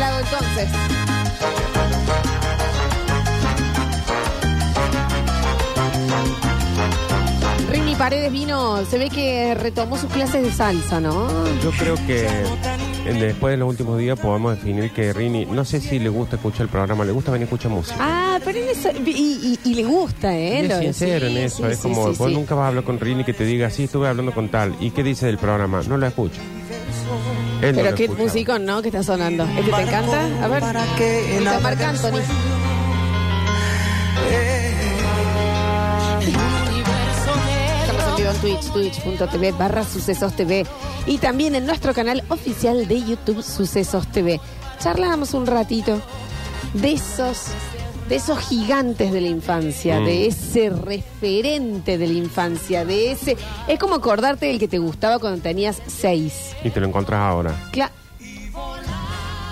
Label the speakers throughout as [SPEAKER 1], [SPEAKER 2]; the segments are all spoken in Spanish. [SPEAKER 1] Gracias. Rini Paredes vino, se ve que retomó sus clases de salsa, ¿no?
[SPEAKER 2] Yo creo que eh, después de los últimos días podemos definir que Rini, no sé si le gusta escuchar el programa, le gusta venir a escuchar música.
[SPEAKER 1] Ah, pero él es- y, y- y le gusta, ¿eh?
[SPEAKER 2] Y
[SPEAKER 1] Lo-
[SPEAKER 2] es sincero en
[SPEAKER 1] sí,
[SPEAKER 2] eso,
[SPEAKER 1] sí,
[SPEAKER 2] es
[SPEAKER 1] sí,
[SPEAKER 2] como
[SPEAKER 1] sí,
[SPEAKER 2] vos
[SPEAKER 1] sí.
[SPEAKER 2] nunca vas a hablar con Rini que te diga, sí, estuve hablando con tal, ¿y qué dice del programa? No lo escucho. Él no
[SPEAKER 1] Pero
[SPEAKER 2] lo
[SPEAKER 1] qué
[SPEAKER 2] escucha.
[SPEAKER 1] musicón, ¿no? Que está sonando. ¿Este te encanta? A ver. Está Marc Anthony. Estamos en vivo en Twitch, twitch.tv barra Sucesos TV y también en nuestro canal oficial de YouTube Sucesos TV. Charlábamos un ratito de esos, de esos gigantes de la infancia,
[SPEAKER 2] Mm.
[SPEAKER 1] de ese referente de la infancia, de ese... Es como acordarte del que te gustaba cuando tenías seis.
[SPEAKER 2] Y te lo encontrás ahora.
[SPEAKER 1] Cla-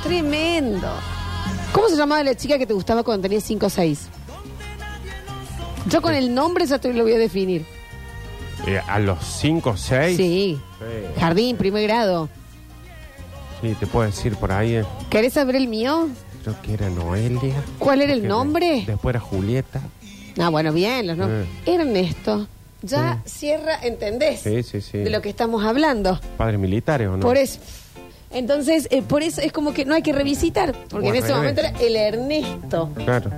[SPEAKER 1] Tremendo. ¿Cómo se llamaba la chica que te gustaba cuando tenías 5 o 6? Yo con el nombre ya te lo voy a definir.
[SPEAKER 2] Eh, a los 5 o 6,
[SPEAKER 1] Sí.
[SPEAKER 2] Sí.
[SPEAKER 1] Jardín, primer grado.
[SPEAKER 2] te puedo decir por ahí, eh,
[SPEAKER 1] ¿Querés saber el mío?
[SPEAKER 2] creo que era Noelia.
[SPEAKER 1] ¿Cuál era el
[SPEAKER 2] que de-
[SPEAKER 1] nombre?
[SPEAKER 2] después era Julieta.
[SPEAKER 1] Ah, bueno, bien, los nombres. Ernesto. Ya cierra, ¿entendés?
[SPEAKER 2] Sí, sí, sí.
[SPEAKER 1] De lo que estamos hablando.
[SPEAKER 2] Padres militares, ¿o no?
[SPEAKER 1] Por eso. Entonces, eh, por eso es como que no hay que revisitar, porque
[SPEAKER 2] O al
[SPEAKER 1] en ese
[SPEAKER 2] revés.
[SPEAKER 1] momento era el Ernesto.
[SPEAKER 2] Claro.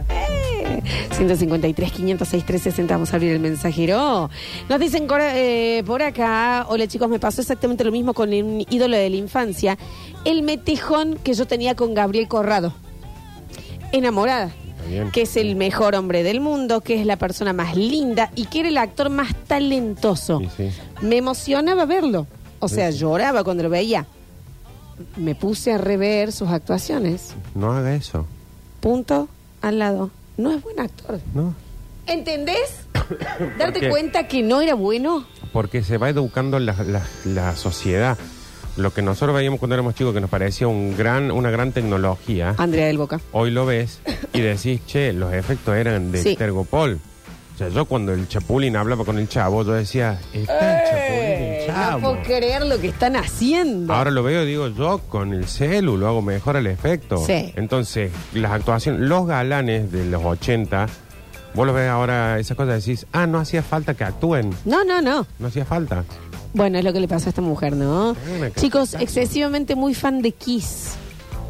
[SPEAKER 1] 153 506 360 vamos a abrir el mensajero. Nos dicen cora- eh, por acá, hola chicos, me pasó exactamente lo mismo con un ídolo de la infancia, el metejón que yo tenía con Gabriel Corrado. Enamorada,
[SPEAKER 2] Está bien.
[SPEAKER 1] que es el mejor hombre del mundo, que es la persona más linda y que era el actor más talentoso.
[SPEAKER 2] Sí, sí.
[SPEAKER 1] Me emocionaba verlo, o sea, lloraba cuando lo veía. Me puse a rever sus actuaciones.
[SPEAKER 2] No haga eso,
[SPEAKER 1] Punto al lado. No es buen actor.
[SPEAKER 2] ¿no?
[SPEAKER 1] ¿Entendés?
[SPEAKER 2] ¿Por qué?
[SPEAKER 1] Darte cuenta que no era bueno.
[SPEAKER 2] Porque se va educando la, la- la sociedad. Lo que nosotros veíamos cuando éramos chicos, que nos parecía un gran, una gran tecnología,
[SPEAKER 1] Andrea del Boca.
[SPEAKER 2] hoy lo ves y decís, che, los efectos eran de
[SPEAKER 1] Sí.
[SPEAKER 2] Tergopol. O sea, yo cuando el Chapulín hablaba con el chavo, yo decía, está el Chapulín, el
[SPEAKER 1] no
[SPEAKER 2] chavo.
[SPEAKER 1] puedo creer lo que están haciendo.
[SPEAKER 2] Ahora lo veo, y digo, yo con el celu lo hago mejor al efecto.
[SPEAKER 1] Sí.
[SPEAKER 2] Entonces, las actuaciones, los galanes de los 80, vos lo ves ahora, esas cosas decís, ah, no hacía falta que actúen,
[SPEAKER 1] No, no, no.
[SPEAKER 2] no hacía falta.
[SPEAKER 1] Bueno, es lo que le pasó a esta mujer, ¿no?
[SPEAKER 2] Una cachetazos.
[SPEAKER 1] Chicos, excesivamente muy fan de Kiss.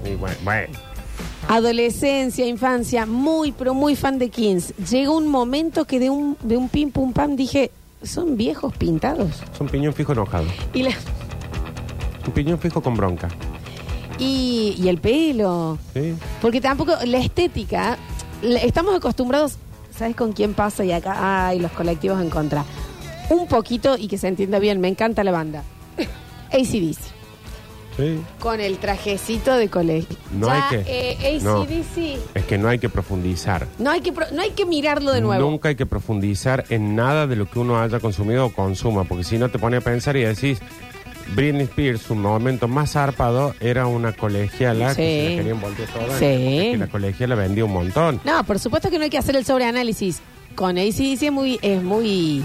[SPEAKER 2] Y bueno, bueno,
[SPEAKER 1] Adolescencia, infancia, muy, pero muy fan de Kiss. Llegó un momento que de un, de un pim pum pam dije, son viejos pintados.
[SPEAKER 2] son piñón fijo enojado,
[SPEAKER 1] Y, la-
[SPEAKER 2] un piñón fijo con bronca.
[SPEAKER 1] y, y el pelo.
[SPEAKER 2] ¿sí?
[SPEAKER 1] Porque tampoco la estética, la- estamos acostumbrados, ¿sabes con quién pasa? Y acá, ay, los colectivos en contra. Un poquito y que se entienda bien, me encanta la banda. ACDC,
[SPEAKER 2] Sí.
[SPEAKER 1] con el trajecito de colegio.
[SPEAKER 2] No
[SPEAKER 1] Ya,
[SPEAKER 2] hay que-
[SPEAKER 1] eh,
[SPEAKER 2] no.
[SPEAKER 1] ACDC,
[SPEAKER 2] Es que no hay que profundizar.
[SPEAKER 1] no. hay que, pro- no hay que mirarlo de nuevo.
[SPEAKER 2] Nunca hay que profundizar en nada de lo que uno haya consumido o consuma, porque si no te pone a pensar y decís, Britney Spears, su momento más zarpado, era una colegiala
[SPEAKER 1] Sí.
[SPEAKER 2] que se la querían voltear toda.
[SPEAKER 1] Sí.
[SPEAKER 2] Es que la colegiala vendía un montón.
[SPEAKER 1] No, por supuesto que no hay que hacer el sobreanálisis. Con ACDC es muy, es muy.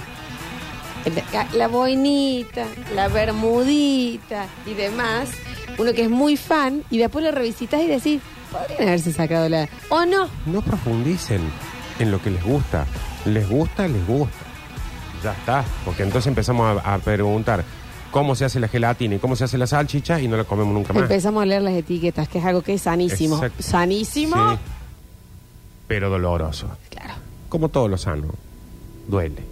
[SPEAKER 1] La boinita, la bermudita y demás. Uno que es muy fan y después lo revisitas y decís, podrían haberse sacado la. O no.
[SPEAKER 2] No profundicen en lo que les gusta. Les gusta, les gusta. Ya está. Porque entonces empezamos a, a preguntar cómo se hace la gelatina y cómo se hace la salchicha y no la comemos nunca más.
[SPEAKER 1] Empezamos a leer las etiquetas, que es algo que es sanísimo.
[SPEAKER 2] Exacto.
[SPEAKER 1] Sanísimo.
[SPEAKER 2] Sí. Pero doloroso.
[SPEAKER 1] Claro.
[SPEAKER 2] Como todo lo sano. Duele.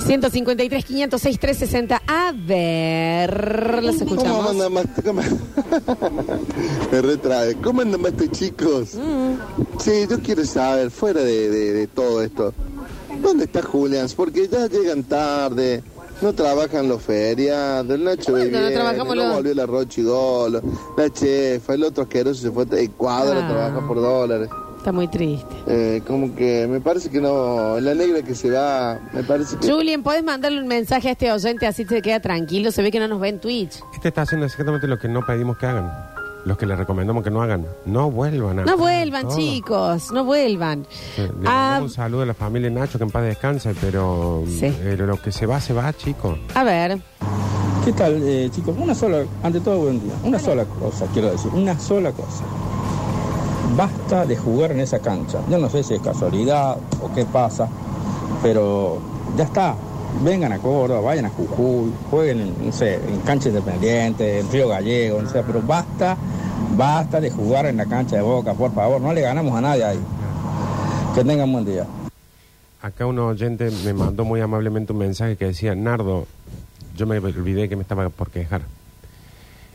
[SPEAKER 1] 153, 506, 360. A ver. Los
[SPEAKER 3] ¿Cómo
[SPEAKER 1] escuchamos.
[SPEAKER 3] andan más? cómo- Me retrae. ¿Cómo andan más estos chicos?
[SPEAKER 1] Mm.
[SPEAKER 3] Sí, yo quiero saber, fuera de, de- de todo esto, ¿dónde está Julians? Porque ya llegan tarde, no trabajan los feriados, el Nacho
[SPEAKER 1] ¿Cuándo
[SPEAKER 3] vive
[SPEAKER 1] no
[SPEAKER 3] bien,
[SPEAKER 1] trabajamos los-
[SPEAKER 3] no volvió la Rochi Gol, la chefa, el otro asqueroso se fue a Ecuador
[SPEAKER 1] Ah.
[SPEAKER 3] a trabajar por dólares.
[SPEAKER 1] Está muy triste.
[SPEAKER 3] Eh, como que me parece que no, la negra que se va, me parece que...
[SPEAKER 1] Julien, ¿podés mandarle un mensaje a este oyente así se queda tranquilo? Se ve que no nos ve en Twitch.
[SPEAKER 2] Este está haciendo exactamente lo que no pedimos que hagan. Los que le recomendamos que no hagan. No vuelvan a.
[SPEAKER 1] No vuelvan,
[SPEAKER 2] Todo.
[SPEAKER 1] chicos, no vuelvan.
[SPEAKER 2] Eh, Le
[SPEAKER 1] Ah,
[SPEAKER 2] mandamos un saludo a la familia Nacho, que en paz descanse, pero
[SPEAKER 1] Sí.
[SPEAKER 2] eh, lo que se va, se va, chicos.
[SPEAKER 1] a ver,
[SPEAKER 4] ¿Qué tal, eh, chicos? Una sola, ante todo, buen día. Una sola cosa, quiero decir, una sola cosa. Basta de jugar en esa cancha. Yo no sé si es casualidad o qué pasa, pero ya está. Vengan a Córdoba, vayan a Jujuy, jueguen, en, no sé, en cancha independiente, en Río Gallego, no sé, pero basta, basta de jugar en la cancha de Boca, por favor. No le ganamos a nadie ahí. Que tengan buen día.
[SPEAKER 2] Acá un oyente me mandó muy amablemente un mensaje que decía, Nardo, yo me olvidé que me estaba por quejar.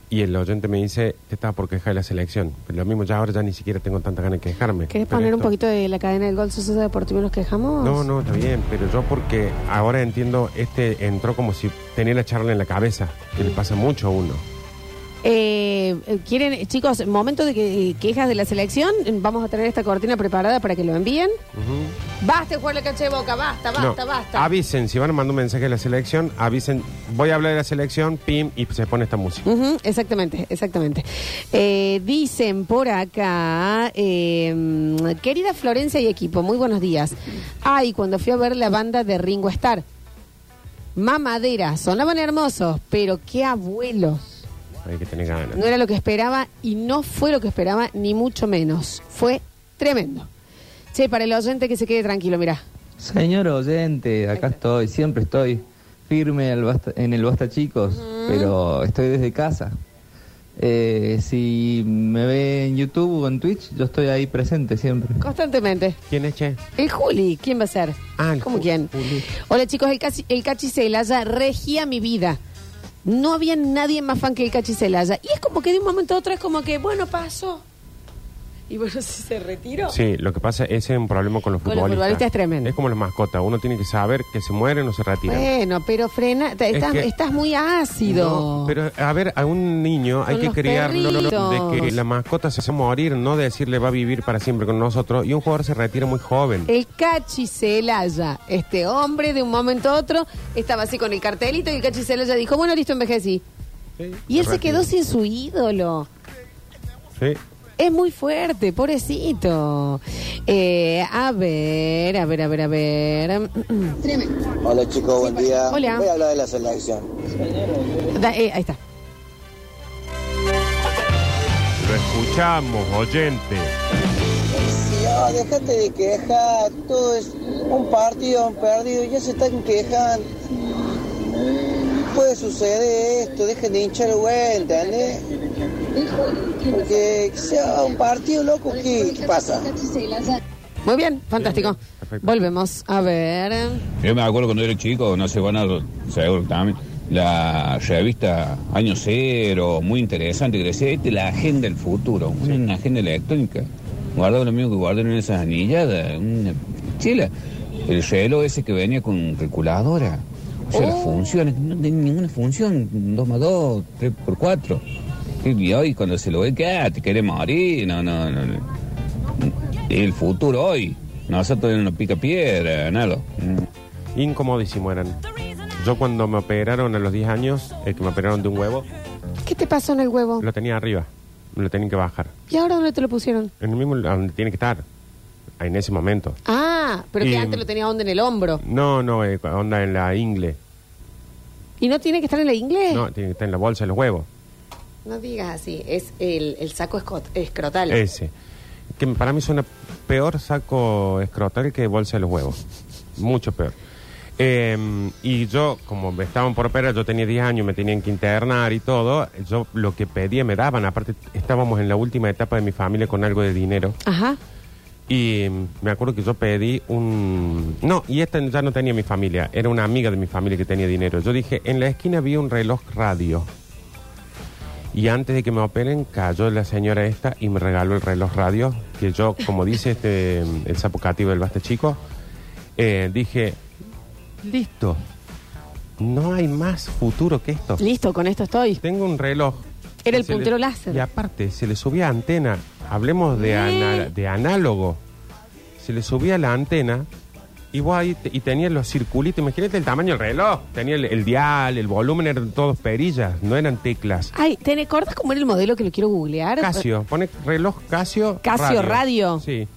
[SPEAKER 2] Y el oyente me dice, te estaba por quejar de la selección. Pero lo mismo, ya ahora ya ni siquiera tengo tanta ganas de quejarme.
[SPEAKER 1] ¿Querés
[SPEAKER 2] Pero
[SPEAKER 1] poner un
[SPEAKER 2] esto-
[SPEAKER 1] poquito de la cadena del gol suceso deportivo y nos quejamos?
[SPEAKER 2] No, no, está bien, pero yo porque ahora entiendo, este entró como si tenía la charla en la cabeza, que le pasa mucho a uno.
[SPEAKER 1] Eh, eh, ¿Quieren, chicos, momento de que, eh, quejas de la selección? Vamos a tener esta cortina preparada para que lo envíen. Basta de jugar la cancha de boca, basta, basta,
[SPEAKER 2] No,
[SPEAKER 1] basta.
[SPEAKER 2] Avisen, si van a mandar un mensaje a la selección, avisen, voy a hablar de la selección, pim, y se pone esta música.
[SPEAKER 1] Ujú, exactamente, exactamente. Eh, dicen por acá, eh, querida Florencia y equipo, muy buenos días. Ay, cuando fui a ver la banda de Ringo Starr, mamadera, sonaban hermosos, pero qué abuelos.
[SPEAKER 2] Hay que tener ganas.
[SPEAKER 1] No era lo que esperaba y no fue lo que esperaba, ni mucho menos. Fue tremendo. Che, para el oyente que se quede tranquilo, mirá.
[SPEAKER 5] Señor oyente, acá estoy, siempre estoy firme al Basta- en el Basta Chicos, pero estoy desde casa. Eh, si me ve en YouTube o en Twitch, yo estoy ahí presente siempre.
[SPEAKER 1] Constantemente.
[SPEAKER 2] ¿Quién es Che?
[SPEAKER 1] El Eh, Juli, ¿quién va a ser?
[SPEAKER 2] Ah, el
[SPEAKER 1] ¿Cómo
[SPEAKER 2] Ju-
[SPEAKER 1] quién?
[SPEAKER 2] Juli.
[SPEAKER 1] Hola chicos, el, Cachi- el Cachi Celaya regía mi vida. No había nadie más fan que el Cachi Celaya. Y es como que de un momento a otro es como que, bueno, pasó. Y bueno, si se retiró.
[SPEAKER 2] Sí, lo que pasa, ese es un problema con los
[SPEAKER 1] Con los
[SPEAKER 2] futbolistas.
[SPEAKER 1] futbolistas es tremendo.
[SPEAKER 2] Es como las mascotas, uno tiene que saber que se mueren o se retiran.
[SPEAKER 1] Bueno, pero frena, te-
[SPEAKER 2] Es
[SPEAKER 1] estás,
[SPEAKER 2] que-
[SPEAKER 1] estás muy ácido.
[SPEAKER 2] No, pero a ver, a un niño hay
[SPEAKER 1] Son
[SPEAKER 2] que
[SPEAKER 1] los
[SPEAKER 2] criarlo
[SPEAKER 1] perritos.
[SPEAKER 2] de que la mascota se hace morir, no decirle va a vivir para siempre con nosotros. Y un jugador se retira muy joven.
[SPEAKER 1] El Cachi Celaya, este hombre de un momento a otro, estaba así con el cartelito y el Cachi Celaya dijo, bueno, listo, envejecí. Y él se quedó sin su ídolo.
[SPEAKER 2] Sí.
[SPEAKER 1] Es muy fuerte, pobrecito. Eh, a ver, a ver, a ver, a ver.
[SPEAKER 6] Hola chicos, buen día.
[SPEAKER 1] Hola.
[SPEAKER 6] Voy a hablar de la selección.
[SPEAKER 1] Da- eh, ahí está.
[SPEAKER 2] Lo escuchamos, oyente.
[SPEAKER 6] No, déjate de quejar. Todo es un partido, un perdido. Ya se están quejando. Puede suceder esto. Dejen de hinchar el huevo, ¿entendés? Porque que sea un partido loco, ¿qué, qué pasa?
[SPEAKER 1] Muy bien, fantástico.
[SPEAKER 2] bien, perfecto.
[SPEAKER 1] Volvemos, a ver.
[SPEAKER 7] Yo me acuerdo cuando era chico, no sé, van a seguro que también, la revista Año Cero, muy interesante, que decía, "Esta es la agenda del futuro, una agenda electrónica. Guardaba lo mismo que guardaron en esas anilladas, una chila. El reloj ese que venía con calculadora. O sea, las funciones, no tenía ninguna función, 2 más 2, 3 por 4. Y hoy cuando se lo ve, que ah, te querés morir, no, no, no. no. El futuro hoy. Nosotros no nos pica piedra, nada. Mm.
[SPEAKER 2] Incomodísimo eran. Yo cuando me operaron a los 10 años, el que me operaron de un huevo,
[SPEAKER 1] ¿Qué te pasó en el huevo?
[SPEAKER 2] lo tenía arriba. Me lo tenían que bajar.
[SPEAKER 1] ¿Y ahora dónde te lo pusieron?
[SPEAKER 2] En el mismo lugar donde tiene que estar. En ese momento.
[SPEAKER 1] Ah, pero que
[SPEAKER 2] Y-
[SPEAKER 1] antes lo tenía onda en el hombro.
[SPEAKER 2] No, no, eh, onda en la ingle.
[SPEAKER 1] ¿Y no tiene que estar en la inglés?
[SPEAKER 2] No, tiene que estar en la bolsa de los huevos.
[SPEAKER 1] No digas así, es el, el saco escot- escrotal.
[SPEAKER 2] Ese. Que para mí suena peor saco escrotal que bolsa de los huevos. Mucho peor. Eh, y yo, como me estaban por operar, yo tenía 10 años, me tenían que internar y todo. Yo lo que pedía me daban. Aparte, estábamos en la última etapa de mi familia con algo de dinero.
[SPEAKER 1] Ajá.
[SPEAKER 2] Y mm, me acuerdo que yo pedí un... No, y esta ya no tenía mi familia, era una amiga de mi familia que tenía dinero. Yo dije, en la esquina había un reloj radio. Y antes de que me operen, cayó la señora esta y me regaló el reloj radio, que yo, como dice este mm, el sapo cativo del Basta Chico, eh, dije, listo, no hay más futuro que esto.
[SPEAKER 1] Listo, con esto estoy.
[SPEAKER 2] Tengo un reloj.
[SPEAKER 1] Era el
[SPEAKER 2] Se le-
[SPEAKER 1] puntero láser.
[SPEAKER 2] Y aparte, se le subía antena. Hablemos de,
[SPEAKER 1] ¿Eh?
[SPEAKER 2] ana- de análogo. Se le subía la antena y vos ahí te- y tenía los circulitos. Imagínate el tamaño del reloj. Tenía el, el dial, el volumen, eran todos perillas, no eran teclas.
[SPEAKER 1] Ay, ¿te acordás cómo era el modelo que lo quiero googlear?
[SPEAKER 2] Casio, pone reloj Casio.
[SPEAKER 1] Casio Radio.
[SPEAKER 2] Sí.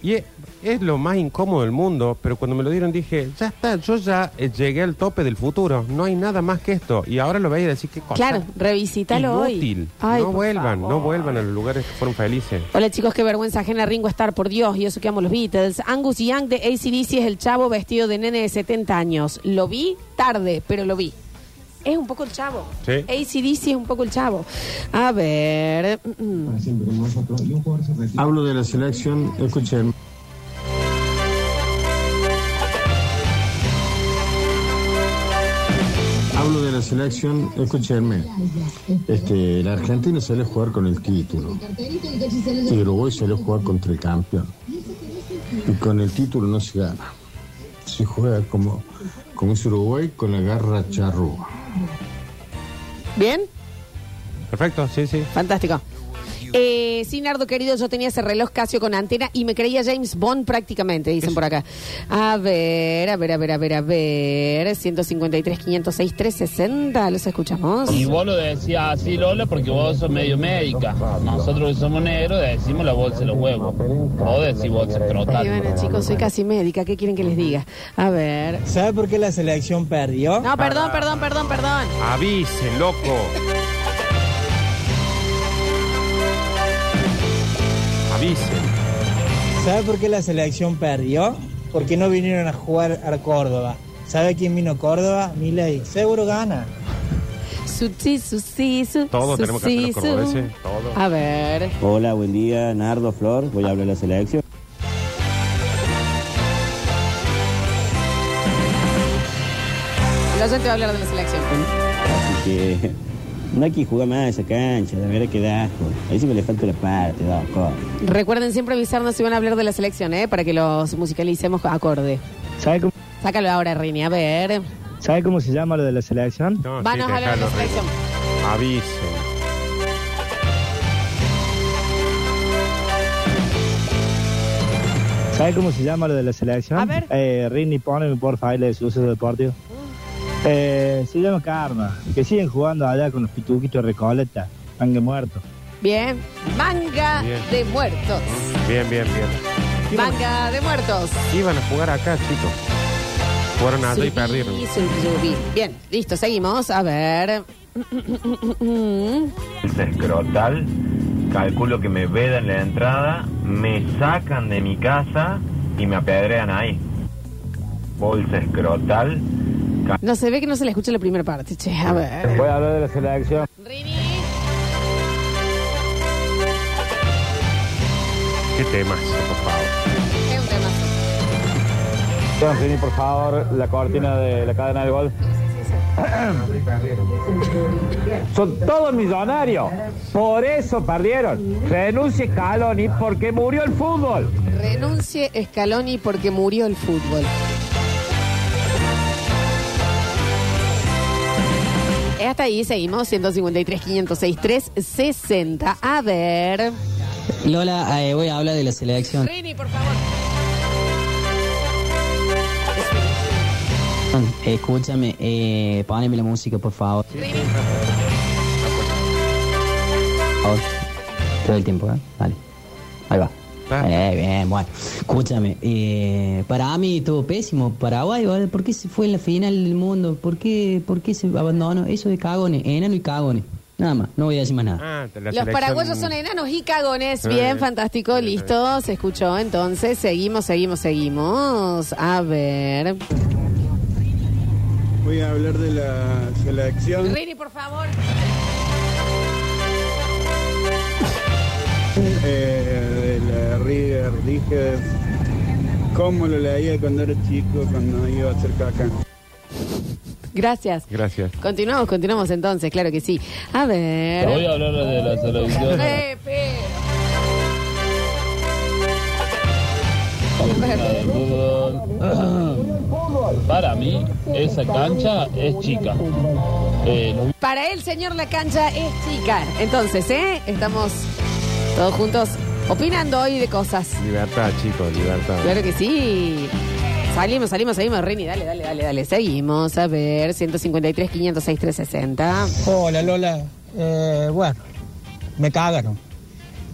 [SPEAKER 2] Y es, es lo más incómodo del mundo, pero cuando me lo dieron dije, ya está, yo ya eh, llegué al tope del futuro, no hay nada más que esto. Y ahora lo veis y decís, qué cosa.
[SPEAKER 1] Claro, revisítalo hoy.
[SPEAKER 2] Inútil.
[SPEAKER 1] Ay,
[SPEAKER 2] no
[SPEAKER 1] por
[SPEAKER 2] vuelvan, no
[SPEAKER 1] favor.
[SPEAKER 2] vuelvan a los lugares que fueron felices.
[SPEAKER 1] Hola chicos, qué vergüenza ajena Ringo Starr, por Dios, y eso que amo los Beatles. Angus Young de ACDC es el chavo vestido de nene de 70 años. Lo vi tarde, pero lo vi. Es un poco el chavo.
[SPEAKER 2] Sí.
[SPEAKER 1] ACDC es un poco el chavo. A ver. mm, mm.
[SPEAKER 8] Hablo de la selección, escuchen. Hablo de la selección, escúchenme. Este, la Argentina sale a jugar con el título. Y Uruguay sale a jugar contra el campeón. Y con el título no se gana. Se juega como, como es Uruguay con la garra charrúa.
[SPEAKER 1] ¿Bien?
[SPEAKER 2] Perfecto, sí, sí.
[SPEAKER 1] Fantástico. Eh, sí, Nardo, querido, yo tenía ese reloj Casio con antena y me creía James Bond prácticamente, dicen por acá. A ver, a ver, a ver, a ver, a ver. 153, 506, 360, los escuchamos.
[SPEAKER 9] Y vos lo decías así, Lola, porque vos sos medio médica. Nosotros que somos negros decimos la bolsa de los huevos. O decís bolsa
[SPEAKER 1] Y
[SPEAKER 9] crotal.
[SPEAKER 1] bueno, chicos, soy casi médica, ¿qué quieren que les diga? A ver.
[SPEAKER 10] ¿Sabe por qué la selección perdió?
[SPEAKER 1] No, perdón, perdón, perdón, perdón.
[SPEAKER 2] Avisen, loco. Avisen.
[SPEAKER 10] ¿Sabe por qué la selección perdió? Porque no vinieron a jugar a Córdoba. ¿Sabe quién vino a Córdoba? Milei. Seguro gana.
[SPEAKER 1] Susi, susi, su.
[SPEAKER 2] Todos tenemos que hacer los
[SPEAKER 1] su.
[SPEAKER 2] cordobeses, todos.
[SPEAKER 1] A ver.
[SPEAKER 11] Hola, buen día, Nardo Flor. Voy a hablar de la selección.
[SPEAKER 1] El oyente va a hablar de la selección.
[SPEAKER 11] Así que no hay que jugar más a esa cancha, de verdad que da asco. Ahí sí me le falta la parte, dos cosas.
[SPEAKER 1] Recuerden siempre avisarnos si van a hablar de la selección, ¿eh? Para que los musicalicemos acorde.
[SPEAKER 8] ¿Sabe cómo,
[SPEAKER 1] Sácalo ahora, Rini, a ver.
[SPEAKER 8] ¿Sabe cómo se llama lo de la selección?
[SPEAKER 2] No,
[SPEAKER 1] Vanos
[SPEAKER 2] sí,
[SPEAKER 1] a hablar de la
[SPEAKER 2] dejalo,
[SPEAKER 1] selección.
[SPEAKER 2] Rick. Avisen.
[SPEAKER 8] ¿Sabe cómo se llama lo de la selección?
[SPEAKER 1] A ver.
[SPEAKER 8] Eh, Rini, poneme por favor de suceso deportivo. Eh, se llama Karma. Que siguen jugando allá con los pituquitos de Recoleta. Han muerto.
[SPEAKER 1] Bien. Manga
[SPEAKER 2] Bien.
[SPEAKER 1] de muertos.
[SPEAKER 2] Bien, bien, bien. Iban,
[SPEAKER 1] Manga de muertos.
[SPEAKER 2] iban a jugar acá, chicos. Fueron allá y
[SPEAKER 1] Subí,
[SPEAKER 2] perdieron.
[SPEAKER 1] subí, subí. Bien, listo, seguimos. A ver.
[SPEAKER 11] escrotal, calculo que me vedan la entrada, me sacan de mi casa y me apedrean ahí. Bolsa escrotal.
[SPEAKER 1] No se ve que no se le escucha la primera parte, che. A ver.
[SPEAKER 8] Voy a hablar de la selección.
[SPEAKER 1] Rini.
[SPEAKER 2] Qué temas, por favor.
[SPEAKER 1] Es un tema.
[SPEAKER 8] Rini, por favor, la cortina de la cadena de gol. Son todos millonarios. Por eso perdieron. Renuncie Caloni porque murió el fútbol.
[SPEAKER 1] Renuncie Scaloni porque murió el fútbol. Hasta ahí seguimos, 153, 506, 360. A ver.
[SPEAKER 10] Lola, eh, voy a hablar de la selección.
[SPEAKER 1] Rini, por favor.
[SPEAKER 10] Escúchame, eh, poneme la música, por favor. Ahora, todo el tiempo, ¿eh? Vale. Ahí va.
[SPEAKER 2] Ah.
[SPEAKER 10] Eh, bien, bueno. Escúchame, eh, para mí estuvo pésimo. Paraguay, ¿vale? ¿por qué se fue en la final del mundo? ¿Por qué, por qué se abandonó? Eso de cagones, enano y cagones. Nada más, no voy a decir más nada.
[SPEAKER 2] Ah, la
[SPEAKER 1] Los
[SPEAKER 2] selección-
[SPEAKER 1] paraguayos son enanos y cagones.
[SPEAKER 2] Ah,
[SPEAKER 1] Bien,
[SPEAKER 2] bien.
[SPEAKER 1] fantástico,
[SPEAKER 2] Bien, eh.
[SPEAKER 1] listo. Se escuchó. Entonces, seguimos, seguimos, seguimos. A ver.
[SPEAKER 8] Voy a hablar de la selección.
[SPEAKER 1] Rini, por favor.
[SPEAKER 8] eh, de la River, dije cómo lo leía cuando era chico, cuando iba a hacer caca.
[SPEAKER 1] Gracias.
[SPEAKER 2] Gracias.
[SPEAKER 1] Continuamos, continuamos entonces, claro que sí. A ver.
[SPEAKER 9] Voy a hablar de la selección.
[SPEAKER 1] Pepe.
[SPEAKER 9] de fútbol. Para mí, esa cancha es chica. Eh, los
[SPEAKER 1] Para él, señor, la cancha es chica. Entonces, ¿eh? Estamos todos juntos opinando hoy de cosas.
[SPEAKER 2] Libertad, chicos, libertad.
[SPEAKER 1] Claro que sí. Salimos, salimos, salimos, Rini. Dale, dale, dale, dale. Seguimos. A ver, 153, 506, 360.
[SPEAKER 10] Hola Lola, Eh, bueno, me cagaron.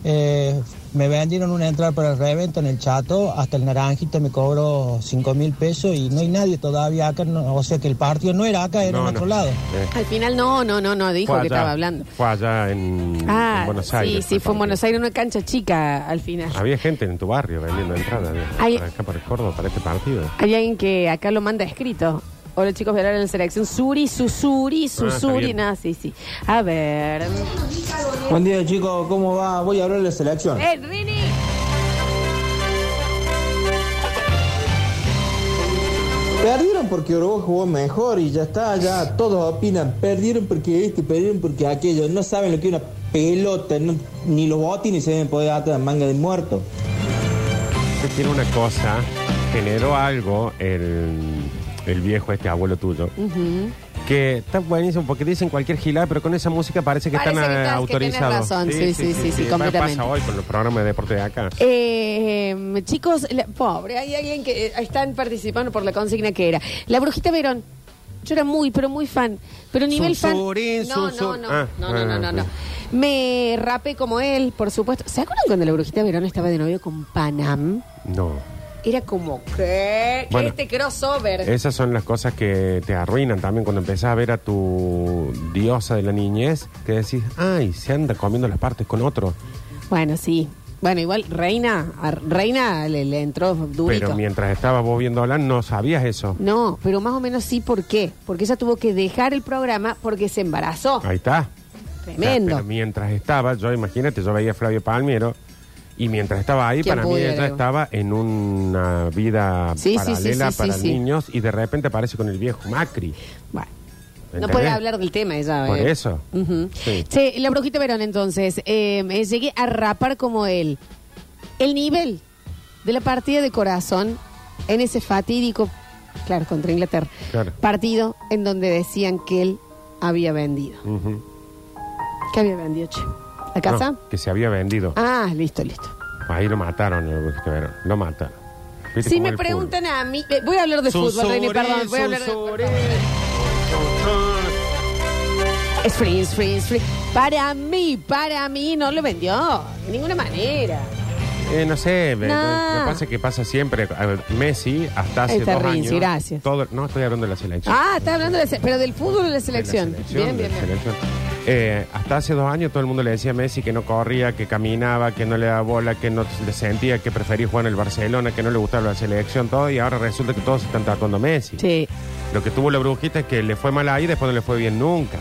[SPEAKER 10] Eh,
[SPEAKER 12] Me vendieron una entrada para el revento en el Chato, hasta el Naranjito me cobró 5 mil pesos y no hay nadie todavía acá, no- o sea que el partido no era acá, era
[SPEAKER 2] No,
[SPEAKER 12] en
[SPEAKER 2] no.
[SPEAKER 12] otro lado.
[SPEAKER 2] Eh,
[SPEAKER 1] Al final no, no, no, no, dijo
[SPEAKER 2] fue
[SPEAKER 1] que
[SPEAKER 2] allá-
[SPEAKER 1] estaba hablando.
[SPEAKER 2] Fue allá en,
[SPEAKER 1] Ah,
[SPEAKER 2] en Buenos Aires.
[SPEAKER 1] sí, sí, fue en Buenos Aires, una cancha chica al final.
[SPEAKER 2] Había gente en tu barrio vendiendo entradas. de-
[SPEAKER 1] Hay-
[SPEAKER 2] para acá para el Córdoba, para este partido.
[SPEAKER 1] Hay alguien que acá lo manda escrito. Hola chicos, verán en la selección. Suri, susuri,
[SPEAKER 2] Ah,
[SPEAKER 1] susuri.
[SPEAKER 13] bien.
[SPEAKER 1] nada, sí, sí. A ver.
[SPEAKER 13] Buen día chicos, ¿cómo va? Voy a hablar de selección.
[SPEAKER 1] ¡Eh, Rini!
[SPEAKER 13] Perdieron porque Uruguay jugó mejor y ya está, ya todos opinan. Perdieron porque este, perdieron porque aquello. No saben lo que es una pelota, no- ni los botines se deben poder atar manga de muerto.
[SPEAKER 2] Que tiene una cosa, generó algo el, el viejo, este abuelo tuyo.
[SPEAKER 1] Ujú.
[SPEAKER 2] Que está buenísimo porque dicen cualquier gilada, pero con esa música parece que
[SPEAKER 1] Parece
[SPEAKER 2] están
[SPEAKER 1] que
[SPEAKER 2] eh,
[SPEAKER 1] estás- que tenés
[SPEAKER 2] autorizados.
[SPEAKER 1] razón, sí, sí, sí, sí,
[SPEAKER 2] Pa-
[SPEAKER 1] completamente.
[SPEAKER 2] Pasa hoy con los programas de deporte de acá.
[SPEAKER 1] Eh, chicos, la- pobre, hay alguien que eh, están participando por la consigna que era. La brujita Verón. Yo era muy, pero muy fan. Pero nivel fan.
[SPEAKER 2] Susurín,
[SPEAKER 1] No, no,
[SPEAKER 2] susur-
[SPEAKER 1] no,
[SPEAKER 2] Ah,
[SPEAKER 1] no, no, no, no,
[SPEAKER 2] ah,
[SPEAKER 1] no. Me rapé como él, por supuesto. ¿Se acuerdan cuando la brujita Verón estaba de novio con Panam?
[SPEAKER 2] No.
[SPEAKER 1] Era como, ¿qué?
[SPEAKER 2] Bueno,
[SPEAKER 1] este crossover.
[SPEAKER 2] Esas son las cosas que te arruinan también cuando empezás a ver a tu diosa de la niñez, que decís, ay, se anda comiendo las partes con otro.
[SPEAKER 1] Bueno, sí. Bueno, igual Reina, a Reina le, le entró durito.
[SPEAKER 2] Pero mientras estabas vos viéndola, no sabías eso.
[SPEAKER 1] No, pero más o menos sí, ¿por qué? Porque ella tuvo que dejar el programa porque se embarazó.
[SPEAKER 2] Ahí está. O sea,
[SPEAKER 1] Tremendo.
[SPEAKER 2] pero mientras estaba, yo imagínate, yo veía a Flavio Palmiero y mientras estaba ahí,
[SPEAKER 1] ¿Quién
[SPEAKER 2] para
[SPEAKER 1] pudiera,
[SPEAKER 2] mí ella
[SPEAKER 1] digo?
[SPEAKER 2] estaba en una vida
[SPEAKER 1] Sí, sí, sí,
[SPEAKER 2] paralela
[SPEAKER 1] sí, sí,
[SPEAKER 2] para
[SPEAKER 1] sí.
[SPEAKER 2] niños y de repente aparece con el viejo Macri.
[SPEAKER 1] Bueno, No
[SPEAKER 2] ¿Entendés?
[SPEAKER 1] puede hablar del tema ella.
[SPEAKER 2] Por
[SPEAKER 1] eh.
[SPEAKER 2] eso.
[SPEAKER 1] Ujú.
[SPEAKER 2] Sí.
[SPEAKER 1] Che, la brujita Verón, entonces, eh, eh, llegué a rapar como él. El nivel de la partida de corazón en ese fatídico, claro, contra Inglaterra,
[SPEAKER 2] Claro.
[SPEAKER 1] partido en donde decían que él había vendido.
[SPEAKER 2] Ujú.
[SPEAKER 1] ¿Qué había vendido, che? ¿La casa?
[SPEAKER 2] No, que se había vendido.
[SPEAKER 1] Ah, listo, listo.
[SPEAKER 2] Ahí lo mataron, el Brujita Verón. Lo mataron. ¿Viste
[SPEAKER 1] Si
[SPEAKER 2] cómo
[SPEAKER 1] me
[SPEAKER 2] el
[SPEAKER 1] preguntan a mí, eh, voy a hablar de fútbol,
[SPEAKER 2] Susure,
[SPEAKER 1] Reini, perdón, voy a hablar de fútbol. Es free, es free, es free. Para mí, para mí no lo vendió, de ninguna manera.
[SPEAKER 2] fútbol- Eh, no sé, me,
[SPEAKER 1] Nah.
[SPEAKER 2] me pasa que pasa siempre. A ver, Messi, hasta hace
[SPEAKER 1] Ahí está
[SPEAKER 2] dos
[SPEAKER 1] Rinzi,
[SPEAKER 2] años.
[SPEAKER 1] gracias.
[SPEAKER 2] todo- no, estoy hablando de la selección.
[SPEAKER 1] Ah, está hablando de la se- pero del fútbol o de la selección.
[SPEAKER 2] selección,
[SPEAKER 1] bien,
[SPEAKER 2] de
[SPEAKER 1] bien, bien.
[SPEAKER 2] selección. Eh, hasta hace dos años todo el mundo le decía a Messi que no corría, que caminaba, que no le daba bola, que no le sentía, que prefería jugar en el Barcelona, que no le gustaba la selección, todo, y ahora resulta que todos están tratando a Messi.
[SPEAKER 1] Sí.
[SPEAKER 2] Lo que tuvo la brujita es que le fue mal ahí, después no le fue bien nunca.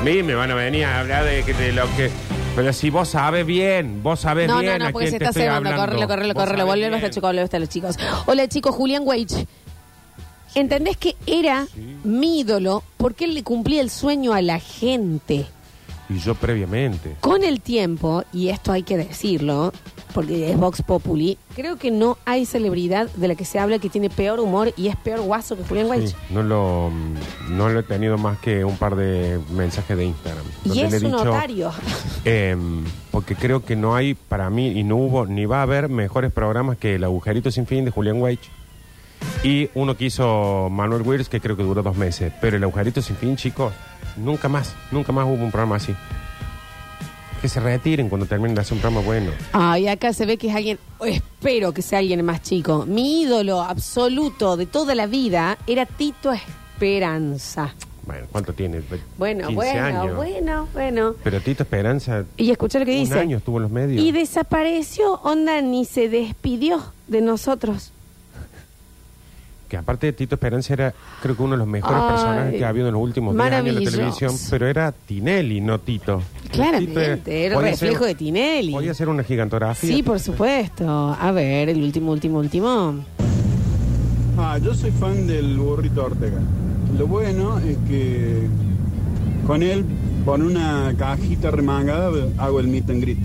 [SPEAKER 2] A mí me van a venir a hablar de, que- de lo que... Pero si vos sabes bien, vos sabes
[SPEAKER 1] No,
[SPEAKER 2] bien
[SPEAKER 1] no,
[SPEAKER 2] a
[SPEAKER 1] no, porque
[SPEAKER 2] quién
[SPEAKER 1] se
[SPEAKER 2] te
[SPEAKER 1] está
[SPEAKER 2] estoy
[SPEAKER 1] cebando.
[SPEAKER 2] hablando.
[SPEAKER 1] Correlo, correlo,
[SPEAKER 2] Vos
[SPEAKER 1] correlo.
[SPEAKER 2] sabés
[SPEAKER 1] Volvemos
[SPEAKER 2] bien.
[SPEAKER 1] hasta chicos, volvemos hasta los chicos. Hola, chicos, Julián Weich. ¿Entendés que era mi ídolo porque él le cumplía el sueño a la gente?
[SPEAKER 2] Y yo previamente.
[SPEAKER 1] Con el tiempo, y esto hay que decirlo, porque es Vox Populi, creo que no hay celebridad de la que se habla que tiene peor humor y es peor guaso que Julián Weich.
[SPEAKER 2] Sí, no, lo, no lo he tenido más que un par de mensajes de Instagram.
[SPEAKER 1] Y
[SPEAKER 2] donde
[SPEAKER 1] es
[SPEAKER 2] le he
[SPEAKER 1] un
[SPEAKER 2] dicho,
[SPEAKER 1] notario.
[SPEAKER 2] Em, porque creo que no hay, para mí, y no hubo, ni va a haber mejores programas que El Agujerito Sin Fin de Julián Weich. Y uno que hizo Manuel Wills, que creo que duró dos meses. Pero El Agujerito Sin Fin, chicos, nunca más, nunca más hubo un programa así. Que se retiren cuando terminen de hacer un programa bueno.
[SPEAKER 1] Ay, acá se ve que es alguien, espero que sea alguien más chico. Mi ídolo absoluto de toda la vida era Tito Esperanza.
[SPEAKER 2] Bueno, ¿cuánto tiene? Ve-
[SPEAKER 1] Bueno,
[SPEAKER 2] 15
[SPEAKER 1] bueno,
[SPEAKER 2] años.
[SPEAKER 1] bueno, bueno.
[SPEAKER 2] Pero Tito Esperanza,
[SPEAKER 1] Y escucha lo que
[SPEAKER 2] un
[SPEAKER 1] dice.
[SPEAKER 2] año estuvo en los medios.
[SPEAKER 1] Y desapareció, onda, ni se despidió de nosotros.
[SPEAKER 2] que aparte de Tito Esperanza era creo que uno de los mejores
[SPEAKER 1] Ay,
[SPEAKER 2] personajes que ha habido en los últimos 10 años en la
[SPEAKER 1] maravilloso.
[SPEAKER 2] televisión, pero era Tinelli, no Tito. Tito
[SPEAKER 1] Claramente, era
[SPEAKER 2] podía
[SPEAKER 1] reflejo
[SPEAKER 2] ser-
[SPEAKER 1] de Tinelli.
[SPEAKER 2] Podía ser una gigantografía.
[SPEAKER 1] Sí, por supuesto. A ver, el último, último, último.
[SPEAKER 14] Ah, yo soy fan del burrito Ortega. Lo bueno es que con él, con una cajita remangada, hago el meet and greet.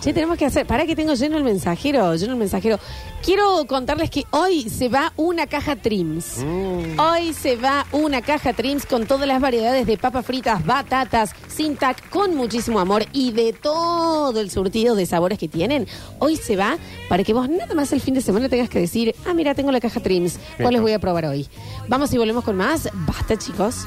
[SPEAKER 1] Che, tenemos que hacer. Para que tengo lleno el mensajero, lleno el mensajero. Quiero contarles que hoy se va una caja Trims. Hoy se va una caja Trims con todas las variedades de papas fritas, batatas, sin tac, con muchísimo amor y de todo el surtido de sabores que tienen. Hoy se va para que vos nada más el fin de semana tengas que decir, ah, mira, tengo la caja Trims. ¿Cuál les voy a probar hoy? Vamos y volvemos con más. Basta, chicos.